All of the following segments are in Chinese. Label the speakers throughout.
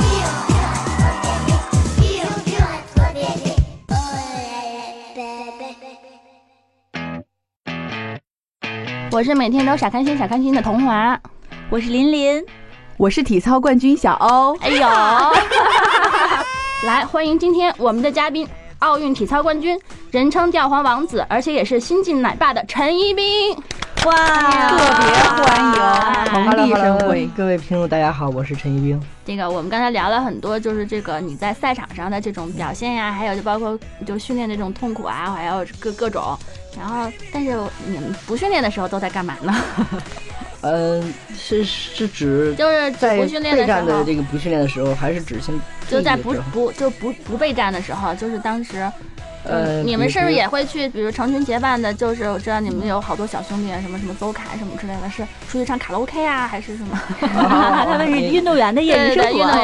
Speaker 1: Dur, dur être bébé. Oh là là, bébé.
Speaker 2: 我是每天都傻开心傻开心的童华。
Speaker 3: 我是林林，
Speaker 4: 我是体操冠军小欧，
Speaker 2: 哎呦，来欢迎今天我们的嘉宾，奥运体操冠军，人称吊环王子，而且也是新晋奶爸的陈一冰。
Speaker 3: 哇，
Speaker 4: 特别
Speaker 2: 哎
Speaker 4: 欢迎，
Speaker 5: Hello
Speaker 4: 立生
Speaker 5: Hello，
Speaker 4: 辉。
Speaker 5: 各位听众大家好，我是陈一冰。
Speaker 2: 这个我们刚才聊了很多，就是这个你在赛场上的这种表现呀、还有就包括就是训练的这种痛苦啊，还有各各种。然后，但是你们不训练的时候都在干嘛呢？
Speaker 5: 嗯，是是指
Speaker 2: 就是
Speaker 5: 在
Speaker 2: 不训练
Speaker 5: 备
Speaker 2: 的时
Speaker 5: 战的
Speaker 2: 候，
Speaker 5: 这个不训练的时候，还是指先
Speaker 2: 就在
Speaker 5: 地
Speaker 2: 不
Speaker 5: 的时候
Speaker 2: 不就不不备战的时候，就是当时，嗯
Speaker 5: 呃，
Speaker 2: 你们
Speaker 5: 比
Speaker 2: 是不是
Speaker 5: 如
Speaker 2: 也会去，比如成群结伴的，就是我知道你们有好多小兄弟啊，什么什么邹卡什么之类的，是出去唱卡拉 OK 啊，还是什么？
Speaker 3: 啊他们是
Speaker 6: 哦
Speaker 3: 运动员的 业
Speaker 2: 对
Speaker 3: 余
Speaker 2: 对
Speaker 3: 生
Speaker 2: 对，运动
Speaker 3: 活，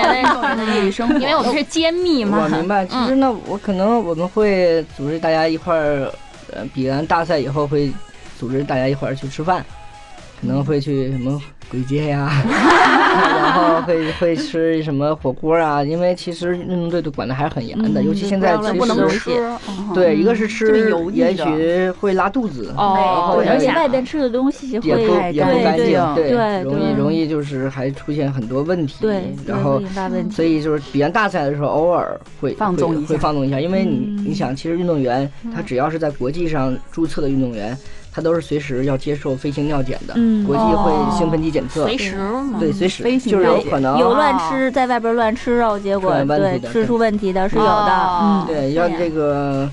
Speaker 2: 员 的业余生活，因为我们是揭秘嘛。
Speaker 5: 我明白，其实呢，我可能我们会组织大家一块儿，呃，比完大赛以后会组织大家一块儿去吃饭，可能会去什么鬼街呀、 然后会会吃什么火锅啊，因为其实运动队都管的还是很严的，尤其现在其实
Speaker 2: 嗯不能
Speaker 5: 有
Speaker 2: 吃
Speaker 5: 些，
Speaker 6: 哦
Speaker 5: 对，一个是
Speaker 4: 特别
Speaker 5: 吃
Speaker 4: 油，腻
Speaker 5: 也
Speaker 4: 的
Speaker 5: 许会拉肚子，
Speaker 2: 哦，
Speaker 3: 对，
Speaker 5: 对
Speaker 3: 而且
Speaker 5: 对
Speaker 3: 外边吃的东西
Speaker 5: 也
Speaker 3: 会
Speaker 5: 不
Speaker 4: 太
Speaker 5: 也不
Speaker 4: 干
Speaker 5: 干
Speaker 3: 对
Speaker 4: 净
Speaker 5: 净，
Speaker 3: 对
Speaker 5: 容
Speaker 3: 对
Speaker 5: 易容易就是还出现很多问题
Speaker 3: 对，，
Speaker 5: 嗯然后
Speaker 3: 对。大问题，
Speaker 5: 所以就是比完大赛的时候，偶尔会
Speaker 4: 放纵一
Speaker 5: 会
Speaker 4: 下
Speaker 5: 会放纵一下，因为你、
Speaker 3: 嗯
Speaker 5: 你想，其实运动员他只要是在国际上注册的运动员，他都是随时要接受飞行尿检的，
Speaker 3: 嗯
Speaker 5: 国际
Speaker 2: 哦
Speaker 5: 会兴奋剂检测，
Speaker 2: 随时嘛。
Speaker 5: 对随时
Speaker 4: 飞行
Speaker 5: 就是
Speaker 4: 尿
Speaker 5: 有
Speaker 4: 检
Speaker 5: 可能
Speaker 3: 有乱吃，在外边乱吃肉，结果
Speaker 5: 嗯哦出现问
Speaker 3: 对
Speaker 5: 题的
Speaker 3: 吃出问题的是有
Speaker 2: 哦
Speaker 3: 的，嗯，
Speaker 5: 对要这个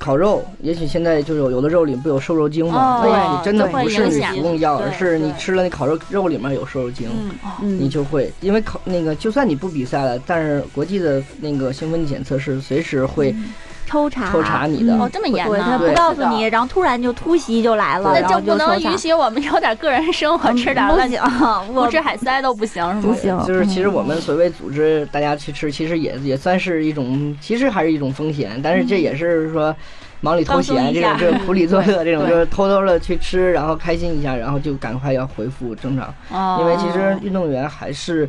Speaker 5: 烤肉，也许现在就有有的肉里不有瘦肉精
Speaker 2: 哦
Speaker 5: 嘛，那也许真的
Speaker 2: 就会
Speaker 5: 不是
Speaker 2: 影
Speaker 5: 你
Speaker 2: 响
Speaker 5: 服用药，而
Speaker 3: 对
Speaker 5: 是你
Speaker 3: 对
Speaker 5: 吃了那烤肉肉里面有瘦肉精。
Speaker 3: 嗯
Speaker 5: 你
Speaker 3: 嗯，
Speaker 5: 就会，因为考那个，就算你不比赛了，但是国际的那个兴奋剂检测是随时会，
Speaker 3: 抽查
Speaker 5: 抽查你的
Speaker 3: 嗯
Speaker 2: 哦，这么严
Speaker 3: 对他
Speaker 2: 呢？
Speaker 3: 不
Speaker 5: 对
Speaker 3: 告诉你，然后突然就突袭就来了，
Speaker 2: 那
Speaker 3: 然
Speaker 2: 就
Speaker 3: 后
Speaker 2: 不能
Speaker 3: 抽查嗯
Speaker 2: 允许我们有点个人生活，吃点
Speaker 3: 不
Speaker 2: 乱
Speaker 3: 行，啊
Speaker 2: 不
Speaker 3: 我
Speaker 2: 吃海塞都不行是
Speaker 3: 不
Speaker 2: 吗？
Speaker 3: 行，
Speaker 5: 就是其实我们所谓组织大家去吃，其实也也算是一种，其实还是一种风险，但是这也是说忙里
Speaker 2: 嗯
Speaker 5: 偷
Speaker 2: 放松
Speaker 5: 闲
Speaker 2: 一
Speaker 5: 这
Speaker 2: 下
Speaker 5: 种，这种苦里作 乐这种，
Speaker 2: 对
Speaker 5: 就是偷偷的去吃，然后开心一下，然后就赶快要恢复正常，
Speaker 2: 哦
Speaker 5: 因为其实运动员还是。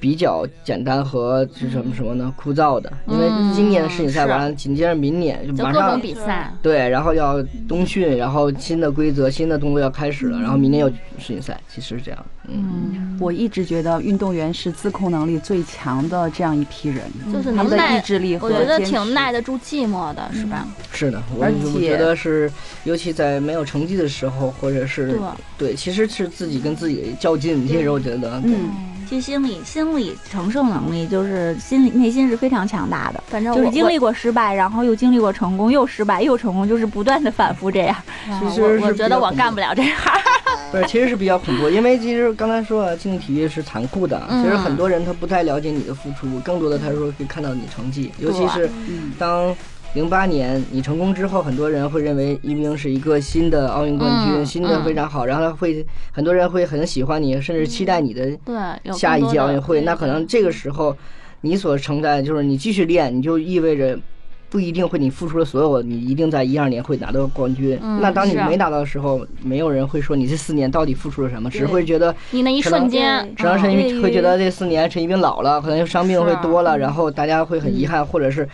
Speaker 5: 比较简单和是什么什么呢？枯燥的，因为
Speaker 2: 嗯
Speaker 5: 今年的世锦赛
Speaker 2: 是
Speaker 5: 完了，紧接着明年就
Speaker 2: 就
Speaker 5: 马
Speaker 2: 各
Speaker 5: 上
Speaker 2: 种比赛，
Speaker 5: 对，然后要冬训，然后新的规则、新的动作要开始了，然后明
Speaker 2: 嗯
Speaker 5: 年要世锦赛，其实是这样。嗯，
Speaker 4: 我一直觉得运动员是自控能力最强的这样一批人，
Speaker 2: 就是
Speaker 4: 他
Speaker 2: 能
Speaker 4: 们的意
Speaker 2: 嗯耐，
Speaker 4: 志力和
Speaker 2: 我觉得
Speaker 4: 坚持
Speaker 2: 挺耐得住寂寞的，是吧？
Speaker 5: 是的，我
Speaker 4: 而且
Speaker 5: 我觉得是，尤其在没有成绩的时候，或者是
Speaker 2: 对，
Speaker 5: 对，其实是自己跟自己较劲，其实我觉得，对
Speaker 4: 嗯，
Speaker 3: 其实心理心理承受能力就是心理内心是非常强大的，
Speaker 2: 反正
Speaker 3: 就是
Speaker 2: 我
Speaker 3: 经历过失败，然后又经历过成功，又失败又成功，就是不断的反复这样。
Speaker 2: 哇
Speaker 5: 其
Speaker 2: 啊我
Speaker 5: 实
Speaker 2: 我
Speaker 5: 是
Speaker 2: 觉得
Speaker 5: 比较嗯
Speaker 2: 我
Speaker 5: 恐
Speaker 2: 干
Speaker 5: 怖
Speaker 2: 不了这行。
Speaker 5: 不是，其实是比较恐怖，因为其实刚才说了，竞技体育是残酷的，其实
Speaker 2: 嗯
Speaker 5: 很多人他不太了解你的付出，更多的他说可以看到你成绩，尤其是当。零八年你成功之后，很多人会认为一冰是一个新的奥运冠军，
Speaker 2: 嗯
Speaker 5: 新的非常好，然后他会很多人会很喜欢你，甚至期待你的
Speaker 2: 嗯对，有更
Speaker 5: 下一
Speaker 2: 多
Speaker 5: 届奥
Speaker 2: 的
Speaker 5: 运会。那可能这个时候，你所承担的就是你继续练，你就意味着不一定会你付出的所有，你一定在一二年会拿到冠军。
Speaker 2: 嗯
Speaker 5: 那当你
Speaker 2: 是啊
Speaker 5: 没拿到的时候，没有人会说你这四年到底付出了什么，只会觉得
Speaker 2: 你那一
Speaker 5: 可能
Speaker 2: 瞬间，
Speaker 5: 只能陈一
Speaker 3: 对
Speaker 5: 冰会觉得这四年陈一冰老了，可能伤病会
Speaker 2: 啊
Speaker 5: 多
Speaker 2: 嗯
Speaker 5: 了，然后大家会很遗憾，或者是。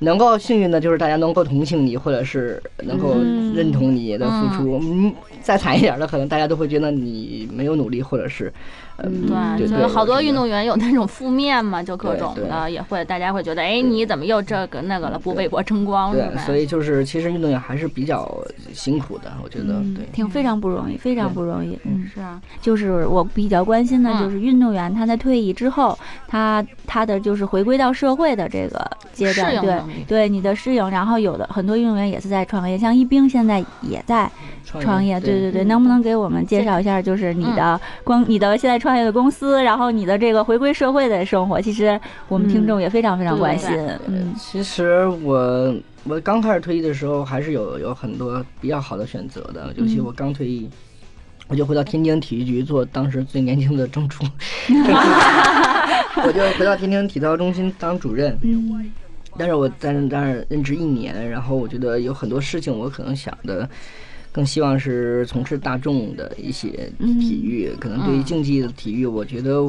Speaker 5: 能够幸运的就是大家能够同情你，或者是能够
Speaker 3: 嗯
Speaker 5: 认同你的付出。嗯，再惨一点的，可能大家都会觉得你没有努力，或者是，嗯，
Speaker 2: 对，
Speaker 5: 对
Speaker 2: 就是
Speaker 5: 对
Speaker 2: 好
Speaker 5: 我
Speaker 2: 多
Speaker 5: 觉
Speaker 2: 运
Speaker 5: 得
Speaker 2: 动员有那种负面嘛，就各
Speaker 5: 对
Speaker 2: 种
Speaker 5: 对
Speaker 2: 的，也会大家会觉得，哎，你怎么又这个那个了，不为国争光是
Speaker 5: 对，
Speaker 2: 吧
Speaker 5: 所？以就是其实运动员还是比较辛苦的，我觉得对。
Speaker 3: 挺非常不容易，非常不容易。嗯，
Speaker 2: 是啊，
Speaker 3: 就是我比较关心的
Speaker 2: 嗯
Speaker 3: 就是运动员他在退役之后，他他的就是回归到社会的这个阶
Speaker 2: 适
Speaker 3: 段，
Speaker 2: 应
Speaker 3: 对
Speaker 2: 能力，
Speaker 3: 对你的适应。然后有的很多运动员也是在创业，像一冰现在也在
Speaker 5: 创
Speaker 3: 创业，对对对，能不能给我们介绍一下，就是你的光你的现在创业的公司，然后你的这个回归社会的生活，其实我们听众也非常非常关心。嗯
Speaker 5: 其实我我刚开始退役的时候，还是有有很多比较好的选择的，尤其我刚退役。我就回到天津体育局做当时最年轻的正处，我就回到天津体操中心当主任。但是我在那儿任职一年，然后我觉得有很多事情我可能想的更希望是从事大众的一些体育，可能对于竞技的体育，我觉得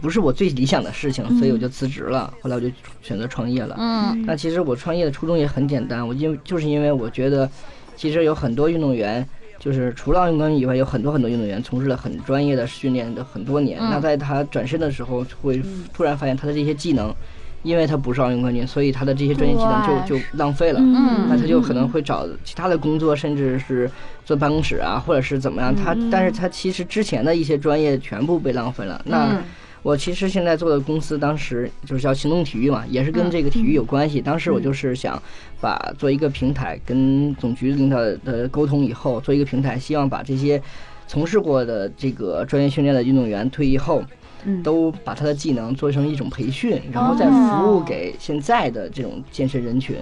Speaker 5: 不是我最理想的事情，所以我就辞职了。后来我就选择创业了。
Speaker 2: 嗯
Speaker 5: 那其实我创业的初衷也很简单，我因为就是因为我觉得，其实有很多运动员，就是除了奥运冠军以外，有很多很多运动员从事了很专业的训练的很多年。
Speaker 2: 嗯
Speaker 5: 那在他转身的时候，会突然发现他的这些技能，因为他不是奥运冠军，所以他的这些专业技能就就浪费了。
Speaker 2: 嗯
Speaker 5: 那他就可能会找其他的工作，甚至是坐办公室啊，或者是怎么样。他，
Speaker 2: 嗯
Speaker 5: 但是他其实之前的一些专业全部被浪费了。
Speaker 2: 嗯
Speaker 5: 那我其实现在做的公司，当时就是叫行动体育嘛，也是跟这个体育有关系。当时我就是想把做一个平台，跟总局领导的沟通以后，做一个平台，希望把这些从事过的这个专业训练的运动员退役后。都把他的技能做成一种培训，然后再服务给现在的这种健身人群。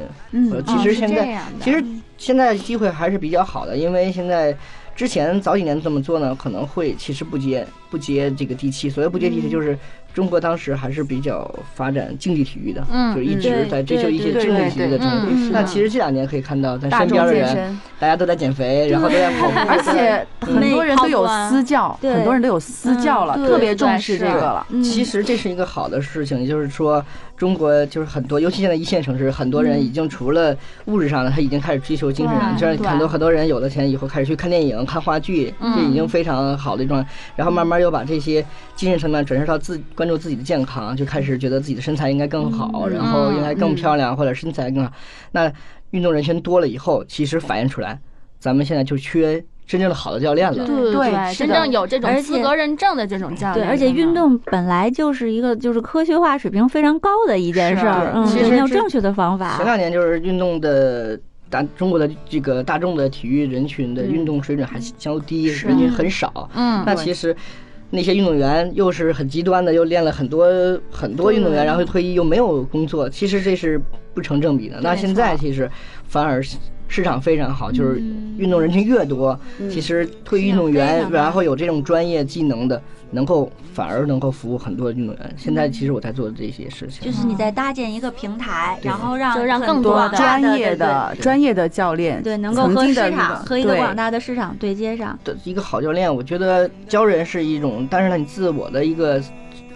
Speaker 5: 呃，其实
Speaker 2: 是
Speaker 5: 现
Speaker 2: 这
Speaker 5: 在、
Speaker 2: 样的
Speaker 5: 其实现在机会还是比较好的，因为现在之前早几年这么做呢，可能会其实不接不接这个地气，所谓不接地气就是。中国当时还是比较发展竞技体育的，
Speaker 2: 嗯
Speaker 5: 就是一直
Speaker 3: 对
Speaker 5: 在追求
Speaker 3: 对
Speaker 5: 一些
Speaker 3: 对
Speaker 5: 竞技体育
Speaker 6: 对
Speaker 5: 的成果。
Speaker 2: 嗯
Speaker 5: 那其实这两年可以看到，在
Speaker 6: 大
Speaker 5: 身
Speaker 6: 众
Speaker 5: 边的
Speaker 6: 健
Speaker 5: 人，
Speaker 6: 身，
Speaker 5: 大家都在减肥，然后都在跑步，
Speaker 6: 而且很多人都有私教，
Speaker 3: 对
Speaker 6: 很多人都有私教了，
Speaker 2: 嗯
Speaker 6: 特别重视这个了。
Speaker 3: 嗯
Speaker 5: 其实这是一个好的事情，也就是说，中国就是很多，尤其现在一线城市，很多人已经除了物质上的，他已经开始追求精神上，就是很多很多人有了钱以后开始去看电影、看话剧，这已经非常好的一种。呃然后慢慢又把这些精神层面转移到自关注自己的健康，就开始觉得自己的身材应该更好，然后应该更漂亮或者身材更好。那运动人群多了以后，其实反映出来，咱们现在就缺真正的好的教练了。
Speaker 2: 对
Speaker 6: 对是
Speaker 2: 真
Speaker 6: 的
Speaker 2: 正有这种
Speaker 3: 而
Speaker 2: 资
Speaker 3: 且
Speaker 2: 格认证的这种教
Speaker 6: 啊
Speaker 3: 对，
Speaker 2: 练，
Speaker 3: 而且运动本来就是一个就是科学化水平非常高的一件
Speaker 6: 是
Speaker 3: 事儿，嗯，
Speaker 5: 其实
Speaker 3: 没有
Speaker 5: 是
Speaker 3: 正确的方法
Speaker 5: 前，两年就是运动的大中国的这个大众的体育人群的运动水准还较低，人群很少。
Speaker 2: 嗯
Speaker 5: 那其实。那些运动员又是很极端的，又练了很多很多运动员，然后退役又没有工作，其实这是不成正比的。那现在其实反而市场非常好，就是运动人群越多，其实退役运动员，然后有这种专业技能的，能够反而能够服务很多运动员。现在其实我在做这些事情，
Speaker 3: 就是你在搭建一个平台，然后让
Speaker 2: 就让
Speaker 3: 很
Speaker 2: 更多
Speaker 3: 多广
Speaker 2: 的
Speaker 3: 大
Speaker 6: 专业
Speaker 3: 对
Speaker 6: 的专业的教练，
Speaker 3: 对，能够和
Speaker 6: 曾经的
Speaker 3: 市
Speaker 6: 那
Speaker 3: 场和一个
Speaker 6: 对
Speaker 3: 广大的市场对接上。
Speaker 5: 的一个好教练，我觉得教人是一种，但是呢，你自我的一个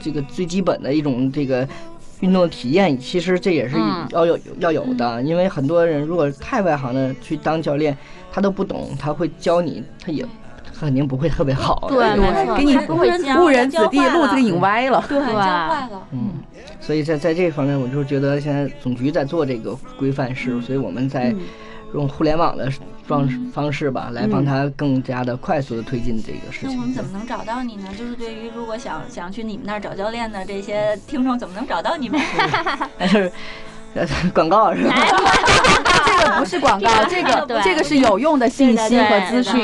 Speaker 5: 这个最基本的一种这个运动体验，其实这也是一
Speaker 2: 嗯
Speaker 5: 要有、要有
Speaker 3: 嗯
Speaker 5: 的，因为很多人如果太外行的去当教练，他都不懂，他会教你，他也肯定不会特别好。
Speaker 2: 对，
Speaker 5: 哎
Speaker 2: 没错，
Speaker 6: 给你
Speaker 2: 还不会教
Speaker 6: 误人子弟，路子给你歪了。
Speaker 3: 对，啊
Speaker 2: 对
Speaker 3: 教坏了。
Speaker 5: 嗯，所以在在这方面，我就觉得现在总局在做这个规范式，
Speaker 3: 嗯
Speaker 5: 所以我们在用互联网的方方式吧，来帮他更加的快速的推进这个事
Speaker 3: 那
Speaker 5: 情。
Speaker 3: 我们怎么能找到你呢？就是对于如果想想去你们那儿找教练的这些听众，怎么能找到你 们？
Speaker 5: 但是呃 广告是吧？
Speaker 6: 这个不是广告，这
Speaker 2: 对
Speaker 6: 个这个是有用的信息和资讯。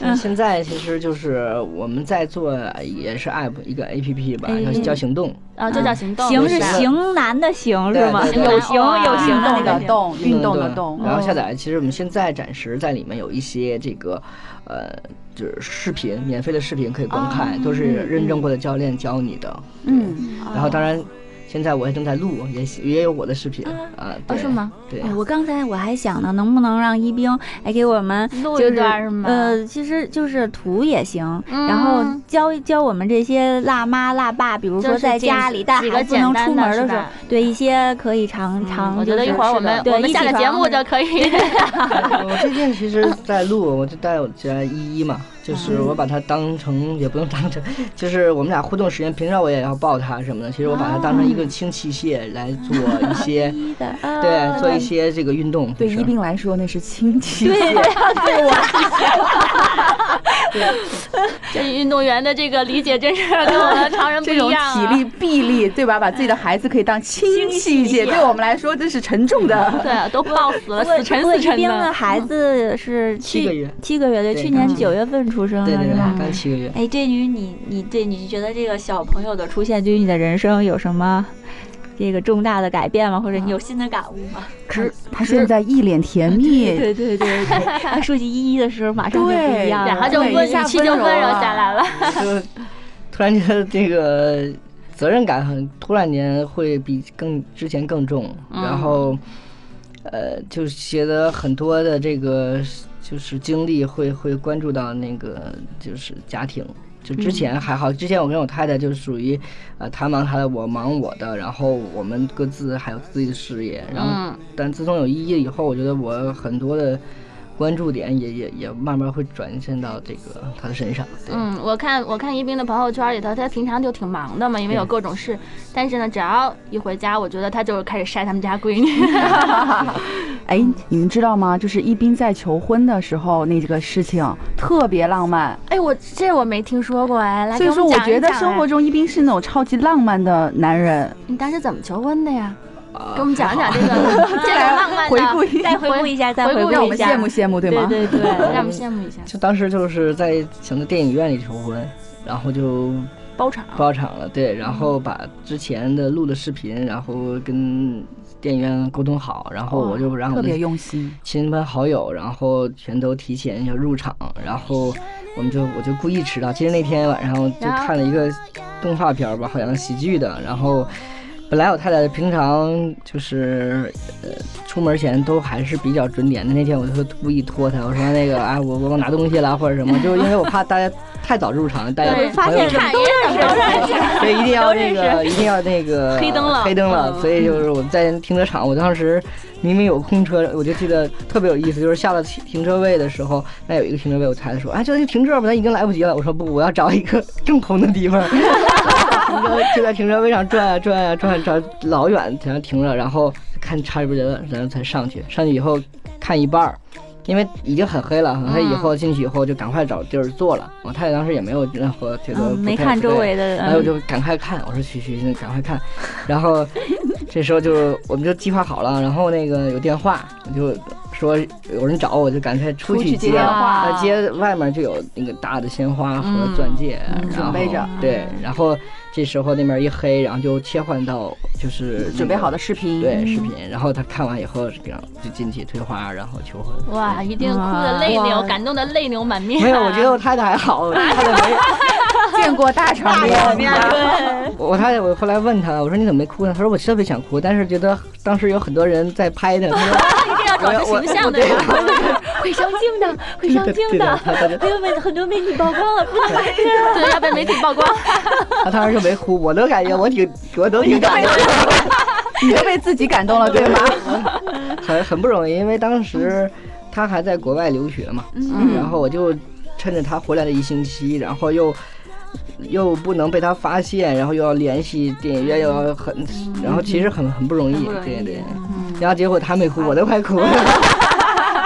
Speaker 5: 嗯现在其实就是我们在做也是 app 一个 app 吧，叫叫行动，
Speaker 2: 啊，就叫行
Speaker 6: 嗯
Speaker 2: 动，
Speaker 3: 行是
Speaker 5: 对
Speaker 3: 型男的型
Speaker 5: 对
Speaker 3: 是吗？
Speaker 5: 对对
Speaker 3: 有型
Speaker 2: 哇
Speaker 3: 有
Speaker 6: 运
Speaker 3: 型
Speaker 6: 动的
Speaker 3: 型
Speaker 6: 动，运动的动，嗯
Speaker 5: 然后下载，其实我们现在暂时在里面有一些这个呃，就是视频，免费的视频可以观看，都是认证过的教练教你的。
Speaker 6: 嗯，
Speaker 5: 然后当然。现在我也正在录，也也有我的视频啊，对
Speaker 2: 哦是吗？
Speaker 5: 对，
Speaker 3: 哎，我刚才我还想呢，能不能让一冰哎给我们
Speaker 2: 录
Speaker 3: 就
Speaker 2: 一段是吗
Speaker 3: 呃，其实就是图也行，
Speaker 2: 嗯
Speaker 3: 然后教教我们这些辣妈辣爸，比如
Speaker 2: 就
Speaker 3: 说
Speaker 2: 是
Speaker 3: 在
Speaker 2: 几
Speaker 3: 家里带
Speaker 2: 几个
Speaker 3: 孩子不
Speaker 2: 简
Speaker 3: 能
Speaker 2: 单
Speaker 3: 出
Speaker 2: 的
Speaker 3: 门
Speaker 2: 是
Speaker 3: 的时候
Speaker 2: 吧，嗯
Speaker 3: 对一些可以常常
Speaker 2: 我
Speaker 3: 嗯就
Speaker 2: 觉得一
Speaker 3: 是
Speaker 2: 会儿我们
Speaker 3: 对
Speaker 2: 我们
Speaker 3: 一
Speaker 2: 下
Speaker 3: 起
Speaker 2: 了节
Speaker 3: 床
Speaker 2: 目
Speaker 3: 或者
Speaker 2: 就可以。
Speaker 5: 我最近其实在录，我就带我家依依嘛，就是我把她当成也不用当成，就是我们俩互动时间，平常我也要抱她什么的。其实我把她当成一个轻器械来做一些，
Speaker 3: 的啊
Speaker 5: 对，做一些这个运动。
Speaker 6: 对
Speaker 5: 就是
Speaker 6: 一病来说那是亲戚，对，
Speaker 3: 对我
Speaker 2: 这运动员的这个理解真是跟我们常人不
Speaker 6: 这
Speaker 2: 一
Speaker 6: 种
Speaker 2: 样、
Speaker 6: 体
Speaker 2: 啊。
Speaker 6: 力臂力，对吧？把自己的孩子可以当亲戚姐，对我们来说这是沉重的。
Speaker 2: 对，都抱死了，
Speaker 3: 不过
Speaker 2: 死沉
Speaker 3: 不过
Speaker 2: 死
Speaker 3: 一
Speaker 2: 沉
Speaker 3: 冰
Speaker 2: 的。嗯
Speaker 3: 孩 子是
Speaker 5: 七
Speaker 3: 去
Speaker 5: 个月
Speaker 3: 七个月对，
Speaker 5: 对
Speaker 3: 去年
Speaker 5: 刚
Speaker 3: 九月份出生
Speaker 5: 对
Speaker 3: 的
Speaker 5: 对
Speaker 3: 是
Speaker 5: 对
Speaker 3: 吧，？
Speaker 5: 刚七个月。
Speaker 3: 哎，对于你，你对你觉得这个小朋友的出现对于你的人生有什么这个重大的改变吗？或
Speaker 2: 嗯
Speaker 3: 者你有新的感悟吗？
Speaker 6: 他现在一脸甜蜜，
Speaker 3: 对对对对， 啊说起依依的时候，马上就不一
Speaker 6: 对
Speaker 3: 样了，
Speaker 2: 然后就
Speaker 6: 对
Speaker 2: 温
Speaker 6: 一下
Speaker 2: 语气就温
Speaker 6: 温柔
Speaker 2: 柔
Speaker 6: 了
Speaker 2: 下来了。
Speaker 5: 就突然觉得这个责任感很突然间会比更之前更重，然后呃，就是觉得很多的这个就是精力会会关注到那个就是家庭。就之前还好，之前我跟我太太就属于，呃，她忙她的，我忙我的，然后我们各自还有自己的事业。然
Speaker 2: 嗯
Speaker 5: 后，但自从有依依以后，我觉得我很多的关注点也也也慢慢会转移到这个她的身上。对，
Speaker 2: 嗯，我看我看一冰的朋友圈里头，他平常就挺忙的嘛，因为有各种事。但是呢，只要一回家，我觉得他就开始晒他们家闺女。
Speaker 6: 哎，你们知道吗？就是一斌在求婚的时候那个事情特别浪漫，
Speaker 2: 哎，我这我没听说过哎，来
Speaker 6: 所
Speaker 2: 给
Speaker 6: 以
Speaker 2: 我
Speaker 6: 说
Speaker 2: 们
Speaker 6: 我
Speaker 2: 讲一
Speaker 6: 觉得
Speaker 2: 讲
Speaker 6: 生活
Speaker 2: 哎
Speaker 6: 中一斌是那种超级浪漫的男人。
Speaker 2: 你当时怎么求婚的呀？
Speaker 5: 啊
Speaker 2: 给我们讲一讲这个 这个浪漫的，
Speaker 6: 回顾一
Speaker 3: 再回顾一下，再
Speaker 2: 回
Speaker 3: 回
Speaker 2: 顾
Speaker 6: 让我
Speaker 3: 顾一
Speaker 6: 们
Speaker 3: 下
Speaker 6: 羡
Speaker 3: 嗯
Speaker 6: 慕，羡慕，对
Speaker 3: 对
Speaker 6: 吗？
Speaker 3: 对 对，
Speaker 2: 让我们羡慕一下。
Speaker 5: 就当时就是在想在电影院里求婚，然后就
Speaker 2: 包场，
Speaker 5: 包场了，对，然后把之前的录的视频，然后跟电影院沟通好，然后我就让
Speaker 6: 特
Speaker 5: 我
Speaker 6: 别
Speaker 5: 的
Speaker 6: 用心。
Speaker 5: 亲朋好友，然后全都提前要入场，然后我们就我就故意迟到。其实那天晚上就
Speaker 2: 然后
Speaker 5: 看了一个动画片儿吧，好像喜剧的，然后。本来我太太平常就是，呃，出门前都还是比较准点的。那天我就故意拖她，我说那个，哎，我我忘拿东西了或者什么，就是因为我怕大家太早入场，大家
Speaker 2: 对
Speaker 3: 发
Speaker 5: 朋友
Speaker 3: 现
Speaker 5: 就
Speaker 2: 看人怎么认识？
Speaker 5: 所以一定要那个，一定要那 个
Speaker 2: 黑灯了
Speaker 5: 黑灯了。
Speaker 2: 嗯
Speaker 5: 所以就是我在停车场，我当时明明有空车，我就记得特别有意思，就是下了停停车位的时候，那有一个停车位，我猜说，哎，就就停这儿吧，咱已经来不及了。我说不，我要找一个正空的地方。停车就在停车位上转啊转啊转啊转啊，老远才能停着，然后看差不多了，然后才上去。上去以后看一半儿，因为已经很黑了，很黑
Speaker 2: 嗯
Speaker 5: 以后进去以后就赶快找地儿坐了。我太太当时也没有任何觉得
Speaker 3: 嗯，
Speaker 5: 呃不
Speaker 3: 没
Speaker 5: 太呃
Speaker 3: 看周
Speaker 5: 对
Speaker 3: 围的，
Speaker 5: 然后我
Speaker 3: 嗯
Speaker 5: 就赶快看，我说去去，那赶 快看。然后这时候就我们就计划好了，然后那个有电话，我就说有人找我，就赶快出去接。
Speaker 2: 话
Speaker 5: 那
Speaker 6: 啊
Speaker 5: 接外面就有那个大的鲜花和钻戒，啊然后
Speaker 6: 嗯准备着
Speaker 5: 对，然后这时候那边一黑，然后就切换到就是、
Speaker 6: 准备好的。视嗯频，
Speaker 5: 对视频，然后他看完以后，这样就进去推花，然后求婚。
Speaker 2: 哇，一定哭的泪流，感动的泪流满面。啊
Speaker 5: 没有，我觉得我太太还好，我太太没有。
Speaker 6: 见过大场面，
Speaker 5: 我我太我后来问他，我说你怎么没哭呢？他说我特别想哭，但是觉得当时有很多人在拍呢。
Speaker 2: 这要找出形象的人。
Speaker 3: 会上镜的，会
Speaker 5: 对
Speaker 3: 上
Speaker 5: 的
Speaker 3: 镜
Speaker 5: 对
Speaker 3: 的
Speaker 5: 的，，他他就
Speaker 3: 哎呦，被很多美女曝光了，不能
Speaker 2: 对，要被媒体曝光。
Speaker 5: 他当时就没哭，我都感觉我挺我都挺感动，
Speaker 6: 你都被自己感动了， 对吗？
Speaker 5: 很很不容易，因为当时他还在国外留学嘛，嗯然后我就趁着他回来的一星期，然后又。又不能被他发现，然后又要联系电影院，又要很，然后其实很很不容易，对对。然后结果他没哭，我都快哭了。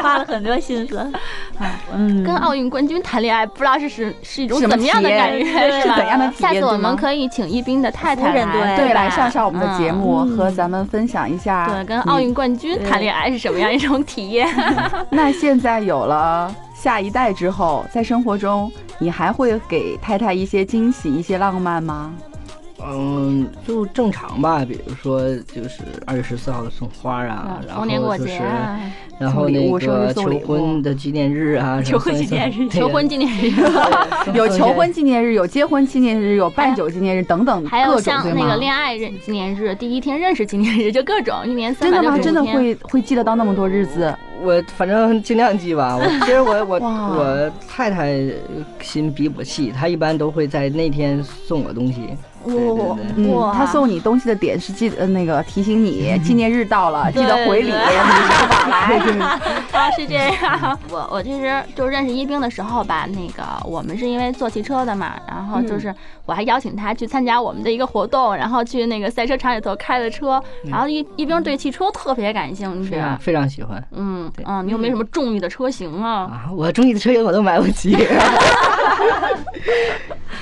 Speaker 3: 花了很多心 思。啊嗯
Speaker 2: 跟奥运冠军谈恋爱，不知道是是是一种
Speaker 6: 什么
Speaker 2: 怎么样的
Speaker 6: 体验
Speaker 2: 感觉，是吧
Speaker 6: 怎样的体
Speaker 2: 下次
Speaker 6: 验
Speaker 2: 我
Speaker 6: 对
Speaker 2: 们
Speaker 6: 吗
Speaker 2: 可以请一冰的太太
Speaker 3: 夫人
Speaker 2: 来，
Speaker 3: 对
Speaker 2: 吧
Speaker 6: 对，来上上我们的节
Speaker 2: 嗯
Speaker 6: 目，啊和咱们分享一下。
Speaker 2: 对，跟奥运冠军
Speaker 3: 对
Speaker 2: 谈恋爱是什么样一种体验？
Speaker 6: 嗯。那现在有了下一代之后，在生活中，你还会给太太一些惊喜、一些浪漫吗？
Speaker 5: 嗯，就正常吧，比如说就是二月十四号的送花啊， 然
Speaker 2: 嗯
Speaker 5: 后
Speaker 2: 逢年过
Speaker 5: 就
Speaker 2: 节
Speaker 5: 是，
Speaker 2: 啊，
Speaker 5: 然后
Speaker 6: 送礼
Speaker 5: 那
Speaker 6: 物生日
Speaker 5: 个
Speaker 6: 送礼
Speaker 5: 求
Speaker 6: 物
Speaker 5: 婚的纪念日
Speaker 6: 嗯
Speaker 5: 啊，
Speaker 3: 求婚纪念日
Speaker 2: 求婚纪念日，
Speaker 5: 念
Speaker 6: 有求婚纪念日，有结婚纪念日，有办酒纪念日等等，
Speaker 2: 还有
Speaker 6: 各种
Speaker 2: 像
Speaker 6: 对
Speaker 2: 那个
Speaker 6: 吗？
Speaker 2: 恋爱认纪念日、第一天认识纪念日，就各种一年三
Speaker 6: 真
Speaker 2: 百
Speaker 6: 的
Speaker 2: 六
Speaker 6: 吗？
Speaker 2: 十
Speaker 6: 真
Speaker 2: 五
Speaker 6: 的
Speaker 2: 天。
Speaker 6: 会会记得到那么多日子？
Speaker 5: 我反正尽量记吧。我其实我我
Speaker 6: 哇
Speaker 5: 我太太心比我细，她一般都会在那天送我东西。对对对。
Speaker 6: 嗯
Speaker 2: 哇，
Speaker 6: 他 送你东西的点是记呃那个提醒你纪念日到了，记
Speaker 2: 对
Speaker 6: 得回礼，礼
Speaker 2: 对
Speaker 6: 尚往来。
Speaker 2: 啊，是这样。 我我其实就认识一冰的时候吧，那个我们是因为做汽车的嘛，然后
Speaker 6: 嗯
Speaker 2: 就是我还邀请他去参加我们的一个活动，然后去那个赛车场里头开了车，
Speaker 6: 嗯
Speaker 2: 然后一一冰对汽车特别感兴趣
Speaker 5: 非。常非常喜欢
Speaker 2: 嗯
Speaker 5: 对
Speaker 2: 嗯，你有没有什么中意的车型啊？
Speaker 5: 啊！我中意的车型我都买不起，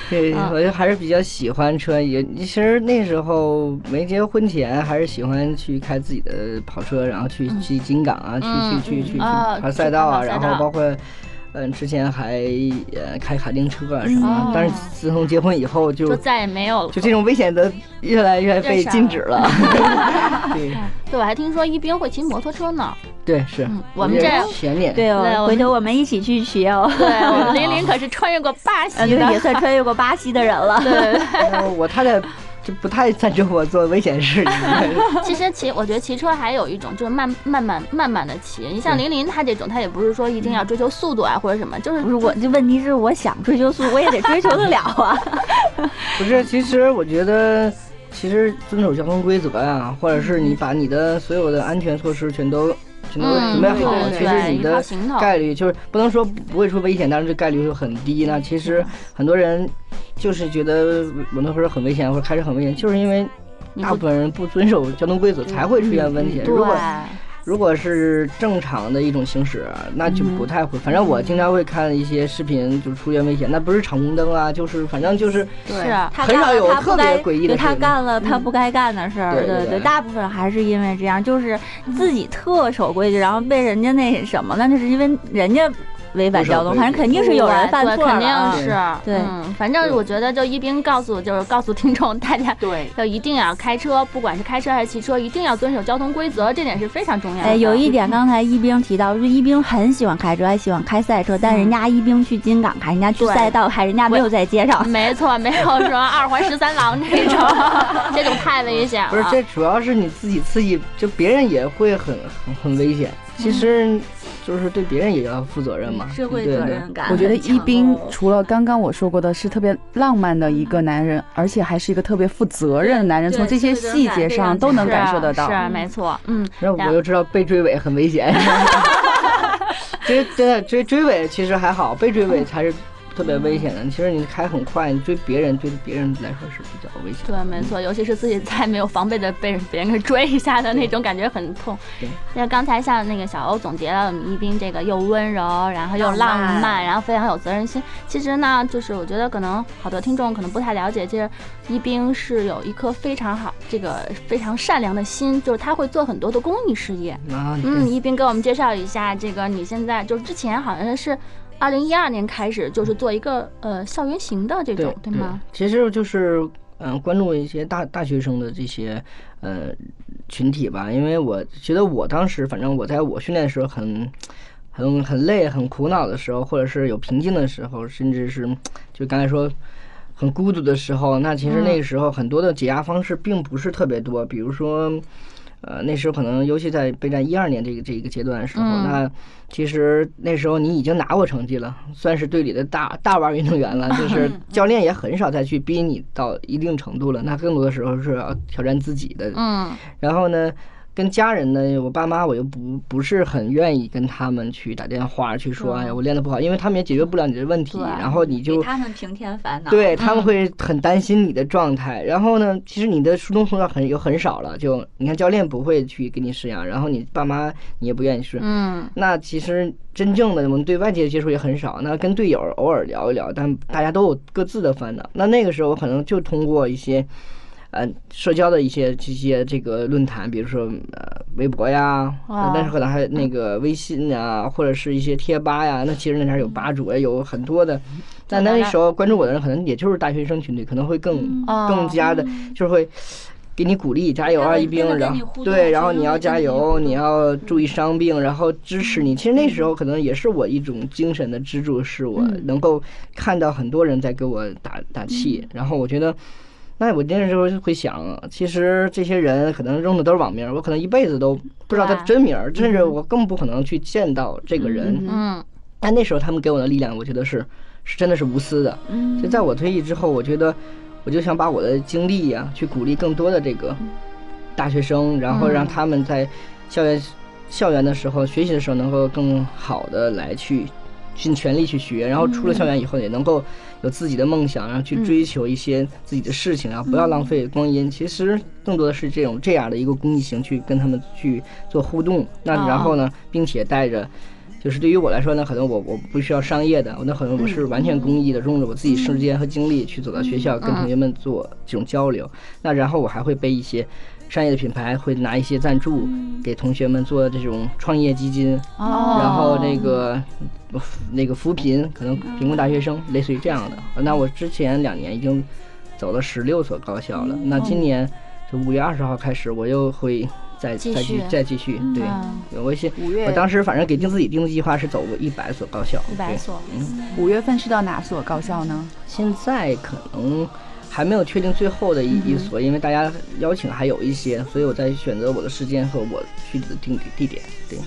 Speaker 5: 对，
Speaker 3: 嗯
Speaker 5: 我就还是比较喜欢穿也，其实那时候没结婚前，还是喜欢去开自己的跑车，然后去、去金港啊，
Speaker 2: 嗯
Speaker 5: 去去去去去
Speaker 2: 啊
Speaker 5: 跑赛道啊，
Speaker 2: 去跑赛
Speaker 5: 然
Speaker 2: 道
Speaker 5: 后包括。嗯，之前还呃开卡丁车啊什么的，
Speaker 3: 嗯
Speaker 5: 但是自从结婚以后就
Speaker 2: 就再也没有。
Speaker 5: 就这种危险的越来越被禁止了。 对
Speaker 2: 对，我还听说一冰会骑摩托车呢。
Speaker 5: 对是
Speaker 2: 嗯，我们这
Speaker 5: 前年
Speaker 3: 对
Speaker 2: 对
Speaker 3: 哦，
Speaker 2: 我
Speaker 3: 回
Speaker 2: 们
Speaker 3: 头我们一起去学 哦。
Speaker 2: 对，我们琳琳可是穿越过巴
Speaker 3: 呃，
Speaker 2: 西
Speaker 3: 对，也
Speaker 2: 的。
Speaker 3: 算穿越过巴西的人了。
Speaker 2: 啊对，
Speaker 5: 呃我太太就不太赞成我做危险 事情。
Speaker 2: 其实骑，我觉得骑车还有一种就是慢慢慢慢慢的骑。你像
Speaker 5: 对
Speaker 2: 琳琳她这种，她也不是说一定要追求速度啊或者什么，就是
Speaker 3: 不是我，这问题是我想追求速，我也得追求得了啊。
Speaker 5: 不是，其实我觉得，其实遵守交通规则呀、或者是你把你的所有的安全措施全都全都
Speaker 2: 嗯，
Speaker 5: 准备好，
Speaker 2: 对
Speaker 5: 其实
Speaker 2: 对，
Speaker 5: 你
Speaker 2: 一套
Speaker 5: 的
Speaker 2: 行头。
Speaker 5: 概率就是不能说不会出危险，但是这概率就很低。那其实很多人就是觉得摩托车很危险或者开车很危险，就是因为。
Speaker 2: 你
Speaker 5: 大
Speaker 2: 不嗯
Speaker 5: 部分人不遵守交通规则才会出现问题。
Speaker 2: 对
Speaker 5: 如果如果是正常的一种行驶，啊那就不太会。
Speaker 2: 嗯
Speaker 5: 反正我经常会看一些视频，就是出现危险，那不是闯红灯啊，就是反正就是
Speaker 2: 是啊，
Speaker 3: 他
Speaker 5: 很
Speaker 3: 干
Speaker 5: 少
Speaker 3: 了
Speaker 5: 有
Speaker 3: 他不
Speaker 5: 特别
Speaker 3: 该
Speaker 5: 诡异的
Speaker 3: 对他
Speaker 5: 事情嗯
Speaker 3: 干了他不该干的事儿，
Speaker 5: 对对
Speaker 3: 对
Speaker 5: 对
Speaker 3: 大部分还是因为这样，就是自己特守规矩，然后被人家那什么了，那就是因为人家违反交通，
Speaker 5: 不守规矩
Speaker 3: 反正肯定是有人犯错
Speaker 2: 对肯
Speaker 3: 了啊。
Speaker 2: 定是。
Speaker 3: 对
Speaker 2: 嗯，反正我觉得就一冰告诉，就是告诉听众大家。
Speaker 6: 对，
Speaker 2: 要一定要开车，不管是开车还是骑车，一定要遵守交通规则，这点是非常重要的。
Speaker 3: 哎，有一点，刚才一冰提到，就是一冰很喜欢开车，还喜欢开赛车，但人家一冰去金港开，人家去
Speaker 2: 对
Speaker 3: 赛道开，人家没有在街上。
Speaker 2: 没错，没有说二环十三郎这种，这种太危险了。
Speaker 5: 不是，这主要是你自己刺激，就别人也会很很很危险。其实就是对别人也要负责任嘛，
Speaker 3: 社嗯会
Speaker 5: 对
Speaker 3: 责
Speaker 5: 对
Speaker 3: 任感
Speaker 6: 我
Speaker 3: 很强哦，
Speaker 6: 觉得一冰除了刚刚我说过的是特别浪漫的一个男人，而且还是一个特别负责任的男人，
Speaker 3: 对
Speaker 6: 从这些细节上都能感受得到
Speaker 2: 是。啊，是啊没错，嗯，
Speaker 5: 然后我就知道被追尾很危险。 追真的追追尾其实还好，被追尾才是特别危险的。其实你开很快，你追别人，对别人来说是比较危险的。
Speaker 2: 对，没错，尤其是自己在没有防备的被别人给追一下的那种感觉很痛
Speaker 5: 对。
Speaker 2: 那刚才像那个小欧总结了我们一冰这个又温柔，然后又浪
Speaker 3: 浪
Speaker 2: 漫，
Speaker 3: 漫
Speaker 2: 然后非常有责任心。其实呢，就是我觉得可能好多听众可能不太了解，其实一冰是有一颗非常好、这个非常善良的心，就是他会做很多的公益事业。
Speaker 5: 啊，你
Speaker 2: 嗯，
Speaker 5: 这
Speaker 2: 一冰给我们介绍一下，这个你现在就是之前好像是二零一二年开始，就是做一个呃校园型的这种，对
Speaker 5: 对
Speaker 2: 吗？？
Speaker 5: 其实就是嗯、关注一些大大学生的这些呃群体吧，因为我觉得我当时，反正我在我训练的时候很。很很累、很苦恼的时候，或者是有瓶颈的时候，甚至是就刚才说很孤独的时候，那其
Speaker 2: 嗯
Speaker 5: 实那个时候很多的解压方式并不是特别多，比如说。呃，那时候可能，尤其在备战一二年这个这一个阶段的时候，
Speaker 2: 嗯
Speaker 5: 那其实那时候你已经拿过成绩了，算是队里的大大腕儿运动员了， 就是
Speaker 2: 嗯
Speaker 5: 教练也很少再去逼你到一定程度了。那更多的时候是要挑战自己的
Speaker 2: 嗯
Speaker 5: 然后呢，跟家人呢，我爸妈我又不不是很愿意跟他们去打电话去说，哎呀，我练得不好，因为他们也解决不了你的问题，
Speaker 2: 嗯对
Speaker 5: 然后你就
Speaker 3: 给他们平添烦恼。
Speaker 5: 对他们会很担心你的状态。然后呢，其实你的初中同学很又很少了，就你看教练不会去给你施压，然后你爸妈你也不愿意施。
Speaker 2: 嗯，
Speaker 5: 那其实真正的我们对外界的接触也很少，那跟队友偶尔聊一聊，但大家都有各自的烦恼。那那个时候我可能就通过一些，呃，社交的一些这些这个论坛，比如说呃微博呀，呃
Speaker 2: 哇
Speaker 5: 但是可能还有那个微信
Speaker 3: 嗯
Speaker 5: 啊，或者是一些贴吧呀。那其实那边有吧主，也有很多的。但那时候关注我的人，可能也就是大学生群体，可能会更
Speaker 3: 嗯
Speaker 2: 哦
Speaker 5: 更加的，就是会给你鼓励，加油啊，
Speaker 3: 会
Speaker 5: 一
Speaker 3: 真
Speaker 5: 冰，
Speaker 3: 的跟
Speaker 5: 然
Speaker 3: 你
Speaker 5: 后
Speaker 3: 互动
Speaker 5: 对，
Speaker 3: 是
Speaker 5: 然后
Speaker 3: 真
Speaker 5: 你
Speaker 3: 的
Speaker 5: 要
Speaker 3: 跟
Speaker 5: 加
Speaker 3: 你互
Speaker 5: 油，你
Speaker 3: 动嗯
Speaker 5: 要注意伤病，然后支持你。其实那时候可能也是我一种精神的支柱，是我
Speaker 3: 嗯
Speaker 5: 能够看到很多人在给我打打气，
Speaker 3: 嗯
Speaker 5: 然后我觉得。那我那时候就会想，其实这些人可能用的都是网名，我可能一辈子都不知道他
Speaker 2: 对啊
Speaker 5: 真名，甚至我更不可能去见到这个人。
Speaker 2: 嗯，
Speaker 5: 但那时候他们给我的力量，我觉得是是真的是无私的。
Speaker 2: 嗯
Speaker 5: 所以在我退役之后，我觉得我就想把我的经历呀、去鼓励更多的这个大学生，然后让
Speaker 2: 嗯
Speaker 5: 他们在校园校园的时候学习的时候，能够更好的来去尽全力去学，然后出了校园以后也能够有自己的梦想，然后去追求一些自己的事情，然后不要浪费光阴。其实更多的是这种这样的一个公益型去跟他们去做互动，那然后呢，并且带着。就是对于我来说呢，可能我我不需要商业的，我那可能我是完全公益的，用着我自己时间和精力去走到学校，跟同学们做这种交流。那然后我还会背一些商业的品牌，会拿一些赞助给同学们做这种创业基金，
Speaker 3: 哦
Speaker 5: 然后那个呃那个扶贫，可能贫困大学生，
Speaker 3: 嗯
Speaker 5: 类似于这样的。那我之前两年已经走了十六所高校了，
Speaker 3: 嗯
Speaker 5: 那
Speaker 3: 哦
Speaker 5: 今年就五月二十号开始，我又会再
Speaker 3: 继
Speaker 5: 再
Speaker 3: 续嗯
Speaker 5: 去再继续。对，我先
Speaker 6: 五月
Speaker 5: 我当时反正给定自己定的计划是走过一百所高校，
Speaker 3: 一百
Speaker 5: 对。嗯
Speaker 3: 所，嗯
Speaker 6: 五月份是到哪所高校呢？
Speaker 5: 现在可能还没有确定最后的
Speaker 3: 嗯
Speaker 5: 一一所，因为大家邀请还有一些，所以我在选择我的时间和我去的定地地点。对，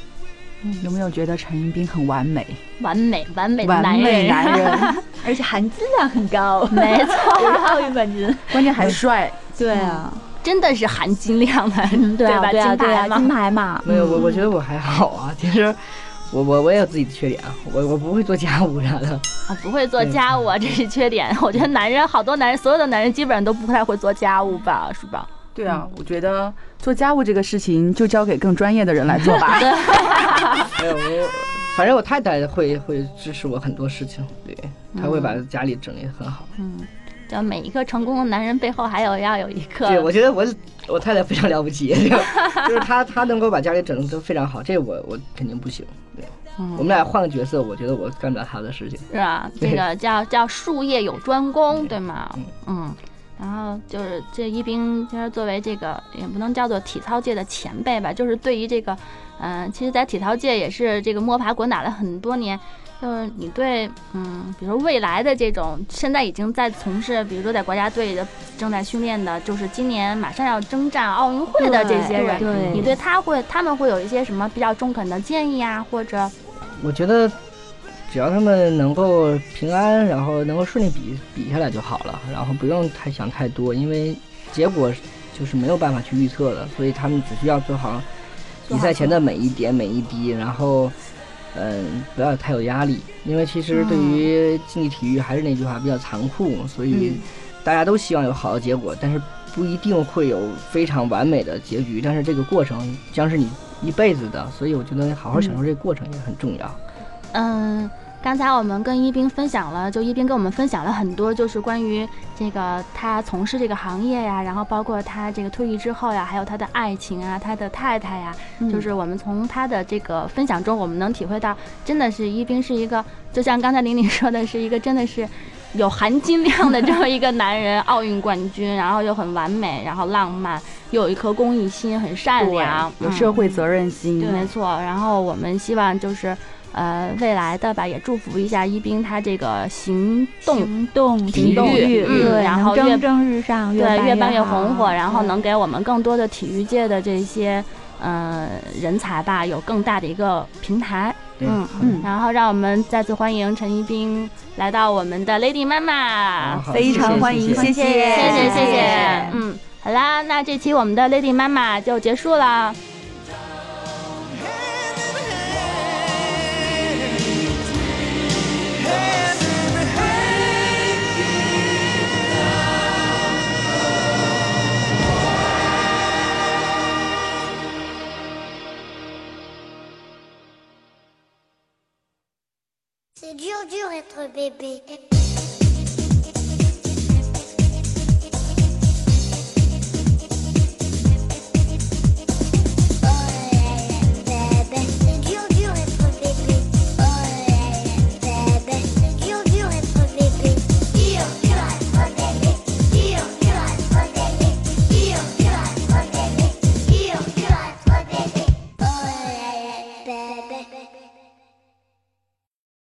Speaker 6: 有没有觉得陈一斌很完美？
Speaker 2: 完美完美的哎
Speaker 6: 完
Speaker 2: 男
Speaker 6: 美
Speaker 2: 人，
Speaker 6: 男人，
Speaker 3: 而且含金量很高，
Speaker 2: 没错，
Speaker 3: 奥运冠军。
Speaker 6: 关键还帅。
Speaker 3: 对啊，
Speaker 2: 真的是含金量的，
Speaker 3: 对啊，
Speaker 2: 吧？
Speaker 3: 对啊，
Speaker 2: 金牌
Speaker 3: 对
Speaker 6: 嗯
Speaker 3: 啊，
Speaker 2: 嘛，
Speaker 3: 金牌嘛，
Speaker 5: 没有我我觉得我还好啊，其实。我我我也有自己的缺点，啊，我我不会做家务啥的，
Speaker 2: 啊不会做家务啊，这是缺点。 我觉得男人，好多男人，所有的男人基本上都不太会做家务吧，是吧？
Speaker 6: 对啊，我觉得做家务这个事情就交给更专业的人来做吧。
Speaker 5: 没有我， 反正我太太会会支持我很多事情，对，她会把家里整理得很好。
Speaker 2: 就每一个成功的男人背后还有要有一
Speaker 5: 对，
Speaker 2: 个
Speaker 5: 我觉得我我太太非常了不起， 就就是她她能够把家里整得非常好，这我我肯定不行。对，我们俩换个角色，我觉得我干不了她的事情。
Speaker 2: 是吧？这个叫叫术业有专攻，对吗？嗯。然后就是这一冰，其实作为这个也不能叫做体操界的前辈吧，就是对于这个，嗯、其实，在体操界也是这个摸爬滚打了很多年。就是你对，嗯，比如说未来的这种，现在已经在从事，比如说在国家队的正在训练的，就是今年马上要征战奥运会的这些人，
Speaker 3: 对
Speaker 2: 你对他会，他们会有一些什么比较中肯的建议啊，或者
Speaker 5: 我觉得只要他们能够平安，然后能够顺利比比下来就好了，然后不用太想太多，因为结果就是没有办法去预测的，所以他们只需要做好呃比赛前的每一点每一滴，然后。嗯，不要太有压力，因为其实对于竞技体育还是那句话，比较残酷，所
Speaker 2: 嗯
Speaker 5: 以大家都希望有好的结果，但是不一定会有非常完美的结局。但是这个过程将是你一辈子的，所以我觉得好好享受这个过程也很重要。
Speaker 2: 嗯，刚才我们跟一冰分享了，就一冰跟我们分享了很多，就是关于这个他从事这个行业呀，然后包括他这个退役之后呀，还有他的爱情啊，他的太太呀，就是我们从他的这个分享中，我们能体会到，真的是一冰是一个，就像刚才玲玲说的，是一个真的是。有含金量的这么一个男人，奥运冠军，然后又很完美，然后浪漫，又有一颗公益心，很善良，
Speaker 6: 有
Speaker 2: 嗯
Speaker 6: 社会责任心。
Speaker 2: 对，没错。然后我们希望就是，呃，未来的吧，也祝福一下一冰他这个行动，
Speaker 3: 行动体
Speaker 5: 动
Speaker 3: 育，
Speaker 2: 嗯
Speaker 3: 对，
Speaker 2: 然后
Speaker 3: 能
Speaker 2: 越
Speaker 3: 蒸蒸日上，
Speaker 2: 对，
Speaker 3: 越
Speaker 2: 越办越红火，
Speaker 3: 好
Speaker 2: 然后
Speaker 3: 对
Speaker 2: 能给我们更多的体育界的这些，呃，人才吧，有更大的一个平台。
Speaker 5: 对
Speaker 2: 嗯
Speaker 5: 好
Speaker 2: 嗯，然后让我们再次欢迎陈一冰来到我们的 Lady 妈
Speaker 5: 好
Speaker 2: 妈。
Speaker 5: 好
Speaker 6: 非
Speaker 5: 谢谢
Speaker 6: 常欢迎，
Speaker 5: 谢
Speaker 6: 谢
Speaker 5: 谢
Speaker 6: 谢，
Speaker 2: 啊谢谢
Speaker 3: 谢
Speaker 2: 谢
Speaker 3: 谢
Speaker 2: 谢，嗯，好啦，那这期我们的 Lady 妈妈就结束了。
Speaker 1: C'est dur dur être bébé.